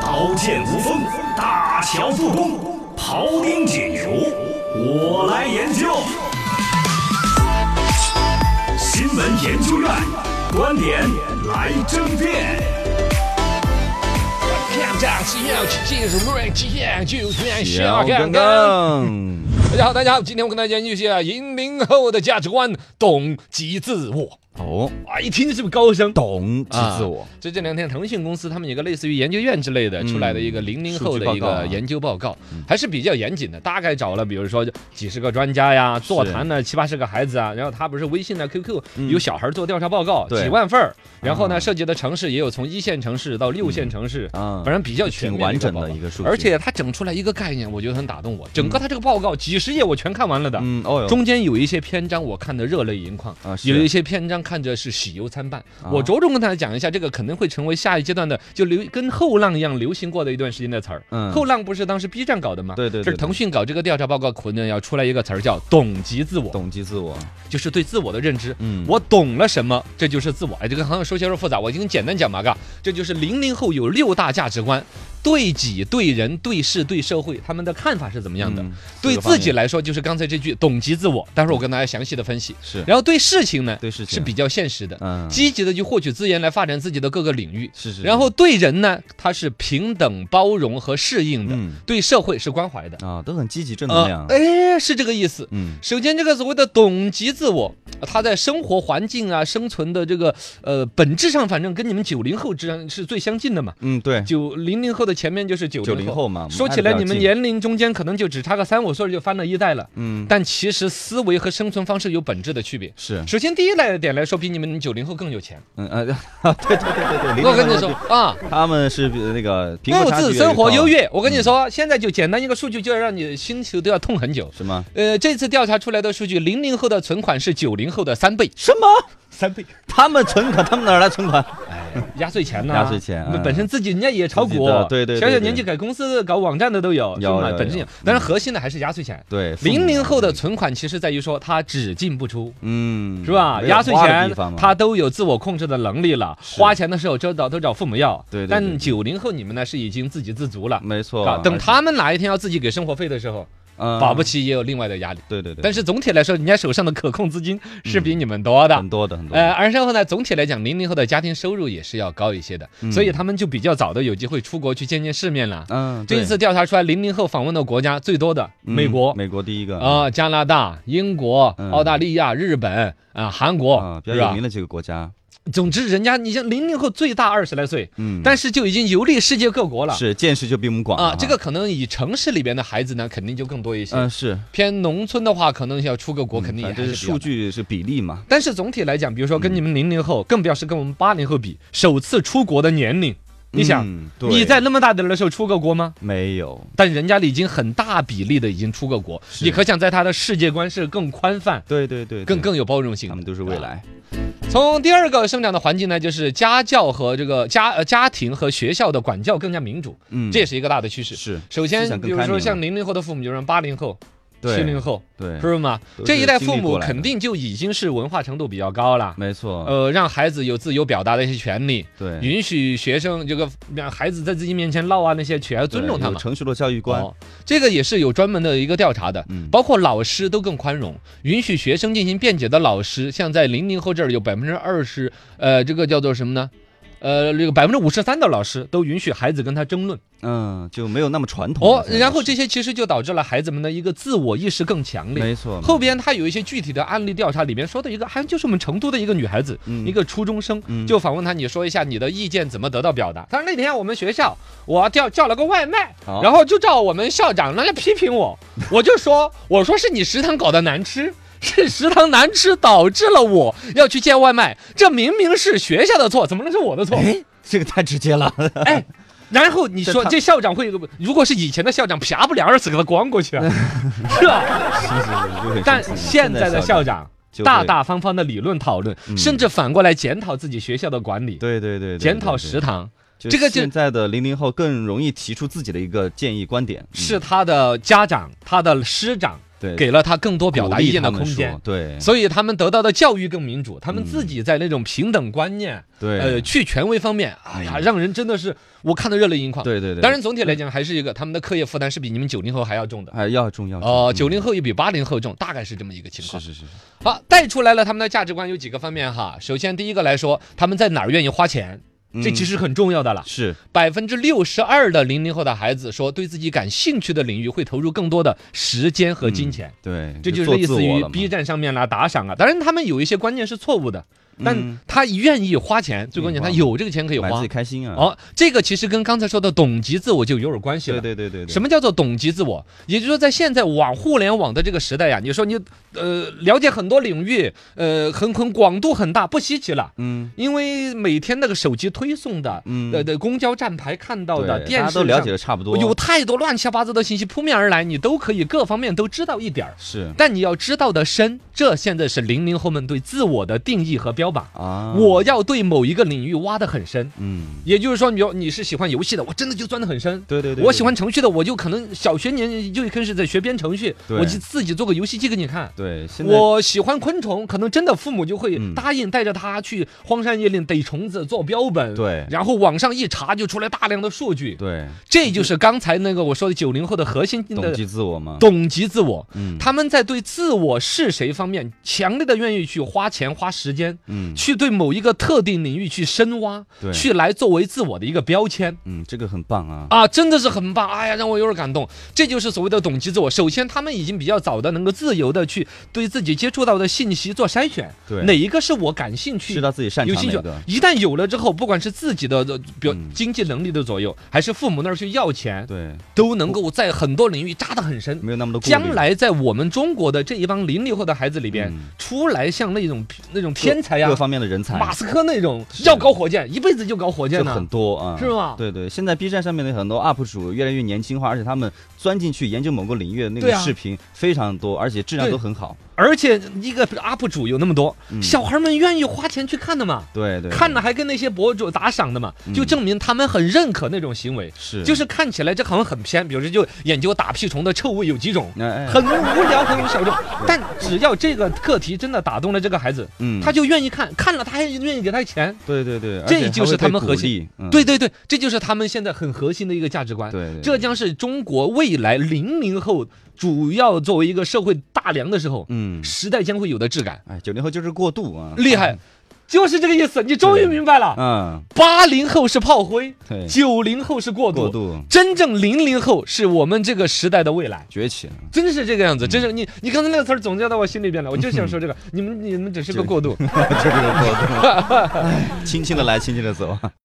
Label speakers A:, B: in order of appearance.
A: 刀剑无锋，大乔复工，庖丁解牛，我来研究。新闻研究院观点来争辩。
B: 看到只要去接受，不然只要就算小
C: 小
B: 刚刚。
C: 刚刚，
B: 大家好，大家好，今天我跟大家研究一下零零后的价值观，懂及自我。
C: 哦，
B: 啊，一听是不是高声？
C: 懂即自我
B: 啊。就这两天，腾讯公司他们有个类似于研究院之类的
C: 嗯
B: 出来的一个零零后的
C: 数
B: 一
C: 据报告
B: 个
C: 啊
B: 研究报告，还是比较严谨的。大概找了比如说就几十个专家呀，座谈呢七八十个孩子啊，然后他不是微信啊、QQ 有小孩做调查报告，
C: 嗯对
B: 几万份儿，然后呢
C: 啊
B: 涉及的城市也有从一线城市到六线城市，
C: 啊
B: 反正比较全
C: 挺
B: 面
C: 完
B: 一个
C: 整
B: 报
C: 的
B: 告
C: 一个数据，
B: 而且他整出来一个概念，我觉得很打动我。整个他这个报告几十页我全看完了的，
C: 嗯，哦哟，
B: 啊中间有一些篇章我看得热泪盈眶，
C: 啊是
B: 有一些篇章看着是喜忧参半。
C: 啊
B: 我着重跟大家讲一下，这个可能会成为下一阶段的，就流跟后浪一样流行过的一段时间的词儿。
C: 嗯
B: 后浪不是当时 B 站搞的吗？
C: 对对对
B: 这是
C: 对
B: 腾讯搞这个调查报告，可能要出来一个词儿叫“懂及自我
C: 懂即自我，”，
B: 就是对自我的认知。
C: 嗯，
B: 我懂了什么，这就是自我。哎，这个好像说起来有点复杂，我已经简单讲嘛，嘎，这就是零零后有六大价值观，对己、对人、对事、对社会，他们的看法是怎么样的？
C: 嗯
B: 对
C: 四个方
B: 自
C: 面
B: 己来说，就是刚才这句“懂及自我”，待会儿我跟大家详细的分析。
C: 是
B: 然后对事情呢，
C: 对事情
B: 是比较现实的，
C: 嗯
B: 积极的去获取资源来发展自己的各个领域。
C: 是是，
B: 然后对人呢，他是平等、包容和适应的；
C: 嗯
B: 对社会是关怀的。
C: 啊，都很积极正能量，
B: 哎，是这个意思。
C: 嗯，
B: 首先，这个所谓的懂及自我，他在生活环境啊、生存的这个呃本质上，反正跟你们九零后之间是最相近的嘛。
C: 嗯，对，
B: 九零零后的前面就是九
C: 九零后嘛，
B: 说起来，你们
C: 也，
B: 年龄中间可能就只差个三五岁就翻了一代了，
C: 嗯，
B: 但其实思维和生存方式有本质的区别。
C: 是，
B: 首先，第一来点来说，比你们九零后更有钱。
C: 嗯啊， 对对对对对，零零
B: 我跟你
C: 后
B: 说啊，
C: 他们是比那个贫富
B: 物
C: 差距
B: 质
C: 越
B: 生活
C: 高嗯
B: 优，越。我跟你说，现在就简单一个数据，就要让你心头都要痛很久。
C: 什么
B: 呃，这次调查出来的数据，零零后的存款是九零后的三 倍，
C: 什么？
B: 三倍。
C: 他们存款，他们哪儿来存款？
B: 压岁钱呐、
C: 压岁钱嗯
B: 本身自己人家也炒
C: 自己
B: 股
C: 的，对对对
B: 小小
C: 对
B: 年纪给公司搞网站的都有，
C: 有
B: 是吗
C: 有
B: 本身有
C: 有，
B: 当然核心的还是压岁钱。
C: 对，父母
B: 零零后的，存款其实在于说他只进不出，
C: 嗯，
B: 是吧？
C: 没有
B: 压岁
C: 花的
B: 钱
C: 地方嘛
B: 他都有自我控制的能力了，
C: 是
B: 花钱的时候就找都找父母要。
C: 对对对
B: 但九零后你们呢是已经自给自足了，
C: 没错
B: 啊，，等
C: 而且，
B: 他们哪一天要自己给生活费的时候，
C: 嗯
B: 保不，齐也有另外的压力。
C: 对对对，
B: 但是总体来说，人家手上的可控资金是比你们多的。
C: 嗯很多的很多的
B: 呃，而然后呢，总体来讲，零零后的家庭收入也是要高一些的，所以他们就比较早的有机会出国去见见世面了。
C: 嗯，
B: 这
C: 对
B: 一次调查出来，零零后访问的国家最多的
C: 嗯
B: 美国
C: 美国第一个
B: 啊、加拿大、英国、
C: 嗯
B: 澳大利亚、日本啊、韩国
C: 啊，，比
B: 是
C: 较有
B: 吧
C: 名？的几个国家，
B: 总之，人家你像零零后最大二十来岁，
C: 嗯，
B: 但是就已经游历世界各国了。
C: 是见识就比我们广
B: 啊
C: 了，
B: 这
C: 哈
B: 个可能以城市里边的孩子呢，肯定就更多一些。
C: 嗯是，
B: 偏农村的话，可能要出个国，肯定也
C: 反
B: 还
C: 正
B: 是比较
C: 是数
B: 难。
C: 据是比例嘛，
B: 但是总体来讲，比如说跟你们零零后，更不要是跟我们八零后比，首次出国的年龄，你想，
C: 嗯对
B: 你在那么大点的时候出过国吗？
C: 没有？
B: 但人家已经很大比例的已经出过国，
C: 是
B: 你可想在他的世界观是更宽泛、
C: 对对对，对
B: 更更有啊包容性
C: 他
B: 的。
C: 们都是未来，
B: 从第二个生长的环境呢，就是家教和这个家呃家庭和学校的管教更加民主，
C: 嗯，
B: 这也是一个大的趋势。
C: 是
B: 首
C: 思
B: 先，
C: 想
B: 比
C: 更
B: 如
C: 开明
B: 说
C: 了
B: 像零零后的父母，就让八零后、
C: 对
B: 七零后，
C: 对
B: 是吗？
C: 都是
B: 这一代父
C: 经历
B: 母
C: 过来的
B: 肯定就已经是文化程度比较高了，
C: 没错，
B: 呃，让孩子有自由表达的一些权利，
C: 对，
B: 允许学生这个让孩子在自己面前闹啊那些，去要尊重
C: 对
B: 他
C: 有
B: 们。
C: 成熟的教育观，
B: 哦，这个也是有专门的一个调查的，
C: 嗯
B: 包括老师都更宽容，允许学生进行辩解的老师，像在零零后这儿有百分之二十，呃，这个叫做什么呢？呃，这个百分之五十三的老师都允许孩子跟他争论
C: 嗯，就没有那么传统
B: 哦
C: 了，现在
B: 然后
C: 是
B: 这些其实就导致了孩子们的一个自我意识更强烈。
C: 没错，
B: 后边他有一些具体的案例调查，里面说的一个，好像就是我们成都的一个女孩子，
C: 嗯
B: 一个初中生，
C: 嗯
B: 就访问她，你说一下你的意见怎么得到表达？她说那天我们学校我叫叫了个外卖，
C: 好
B: 然后就照我们校长那来批评我，我就说 我说是你食堂搞得难吃。是食堂难吃导致了我要去叫外卖，这明明是学校的错，怎么能是我的错？
C: 哎，这个太直接了，
B: 哎，然后你说
C: 这他
B: 这校长会，如果是以前的校长，啪不两耳屎给他光过 去啊，是吧？但现在的校
C: 长
B: 长
C: 就会
B: 大大方方的理论讨论，
C: 嗯
B: 甚至反过来检讨自己学校的管理，
C: 对对对对
B: 检讨
C: 对
B: 食
C: 对
B: 堂，
C: 就
B: 这个就
C: 现在的零零后更容易提出自己的一个建议观点，嗯
B: 是他的家长、他的师长、
C: 对
B: 给了他更多表达
C: 鼓励
B: 意见的
C: 他
B: 空
C: 们
B: 间
C: 说。对嗯
B: 所以他们得到的教育更民主，他们自己在那种平等观念、
C: 对嗯
B: 呃去权威方面，哎呀，让人真的是我看得热泪盈眶。
C: 对对对
B: 当然，总体来讲还是一个他们的课业负担是比你们九零后还要重的。
C: 哎，要重要
B: 哦，九
C: 零
B: 零后也比八零后重，大概是这么一个情
C: 是
B: 况。
C: 是是，是
B: 好，带出来了他们的价值观有几个方面哈。首先，第一个来说，他们在哪儿愿意花钱，这
C: 嗯
B: 其实很重要的了。
C: 是
B: 百分之六十二的零零后的孩子说，对自己感兴趣的领域会投入更多的时间和金钱。
C: 对，
B: 这就是
C: 嗯做
B: 类
C: 自
B: 似
C: 我
B: 于
C: 了嘛
B: B 站上面啦、打赏啊，当然他们有一些观念是错误的，但
C: 嗯
B: 他愿意花钱，最关键他
C: 愿意花
B: 有这个钱可以
C: 买自
B: 花
C: 己。开心啊。
B: 哦，这个其实跟刚才说的懂级自我就有点关系了
C: 对。对对对对，
B: 什
C: 么
B: 么叫做懂级自我？也就是说，在现在网互联网的这个时代呀、你说你呃了解很多领域，呃很很广度很大，不稀奇了。
C: 嗯
B: 因为每天那个手机推送的，
C: 嗯
B: 呃的公交站牌看到
C: 对
B: 的，电
C: 大
B: 视
C: 家都了
B: 上
C: 解的差不多，
B: 有太多乱七八糟的信息扑面而来，你都可以各方面都知道一点儿。
C: 是
B: 但你要知道的深，这现在是零零后们对自我的定义和标榜。
C: 啊，
B: 我要对某一个领域挖得很深，
C: 嗯，
B: 也就是说，你要你是喜欢游戏的，我真的就钻得很深。
C: 对对对，
B: 我
C: 对
B: 喜欢程序的，我就可能小学年就开始在学编程序，
C: 对
B: 我就自己做个游戏机给你看。
C: 对，现在
B: 我喜欢昆虫，可能真的父母就会
C: 嗯
B: 答应带着他去荒山野岭逮虫子做标本，
C: 对
B: 然后网上一查就出来大量的数据，
C: 对
B: 这就是刚才那个我说的九零后的核心
C: 懂
B: 的
C: 记自我嘛，
B: 懂级自我。
C: 嗯
B: 他们在对自我是谁方面，强烈的愿意去花钱、花时间，
C: 嗯
B: 去对某一个特定领域去深挖，
C: 对
B: 去来作为自我的一个标签。
C: 嗯，这个很棒啊，
B: 啊，真的是很棒！哎呀，让我有点感动。这就是所谓的懂级自我。首先，他们已经比较早的能够自由的去对自己接触到的信息做筛选，
C: 对
B: 哪一个是我感兴趣
C: 是他自己擅
B: 有
C: 长
B: 兴趣
C: 哪个，，
B: 一旦有了之后，不管是自己的呃比如
C: 嗯
B: 经济能力的左右，还是父母那儿去要钱，
C: 对，嗯
B: 都能够在很多领域扎得很深。
C: 没有那么多顾虑
B: 将来在我们中国的这一帮零零后的孩子里边，
C: 嗯
B: 出来像那种那种
C: 各
B: 天才呀、
C: 各方面的人才
B: 马斯克那种要搞火箭，一辈子就搞火箭
C: 就
B: 呢、
C: 很多啊，
B: 是吗
C: 对对，现在 B 站上面的很多 UP 主越来越年轻化，而且他们钻进去研究某个领域的那
B: 对
C: 个
B: 啊
C: 视频非常多，而且质量
B: 对
C: 都很好。
B: 而且一个 UP 主有那么多，
C: 嗯
B: 小孩们愿意花钱去看的嘛，
C: 对对，
B: 看
C: 了
B: 了还跟那些博主打赏的嘛，就
C: 嗯
B: 证明他们很认可那种行为。
C: 是
B: 就是看起来这好像很偏，比如说就研究打屁虫的臭味有几种，
C: 哎哎
B: 很无聊，很有小众。但只要这个课题真的打动了这个孩子，
C: 嗯，
B: 他就愿意看，看了他还愿意给他钱。
C: 对对对，而
B: 这
C: 且
B: 就
C: 还
B: 是
C: 会
B: 他
C: 被
B: 们
C: 鼓
B: 核心
C: 励，嗯
B: 对对对，这就是他们现在很核心的一个价值观。
C: 对对
B: 这将是中国未来零零后主要作为一个社会大梁的时候，
C: 嗯，
B: 时代将会有的质感。
C: 哎，九零后就是过渡啊，
B: 厉害，就是这个意思。你终于明白了，
C: 嗯，
B: 八零后是炮灰，
C: 对，
B: 九零后是过渡，
C: 过渡
B: 真正零零后是我们这个时代的未来。
C: 崛起了，
B: 真是这个样子，真
C: 嗯
B: 是你你刚才那个词儿总结到我心里边了，我就 想说这个，你们你们只是个过渡。
C: 哎就是这个过渡，轻轻的来，轻轻的走啊。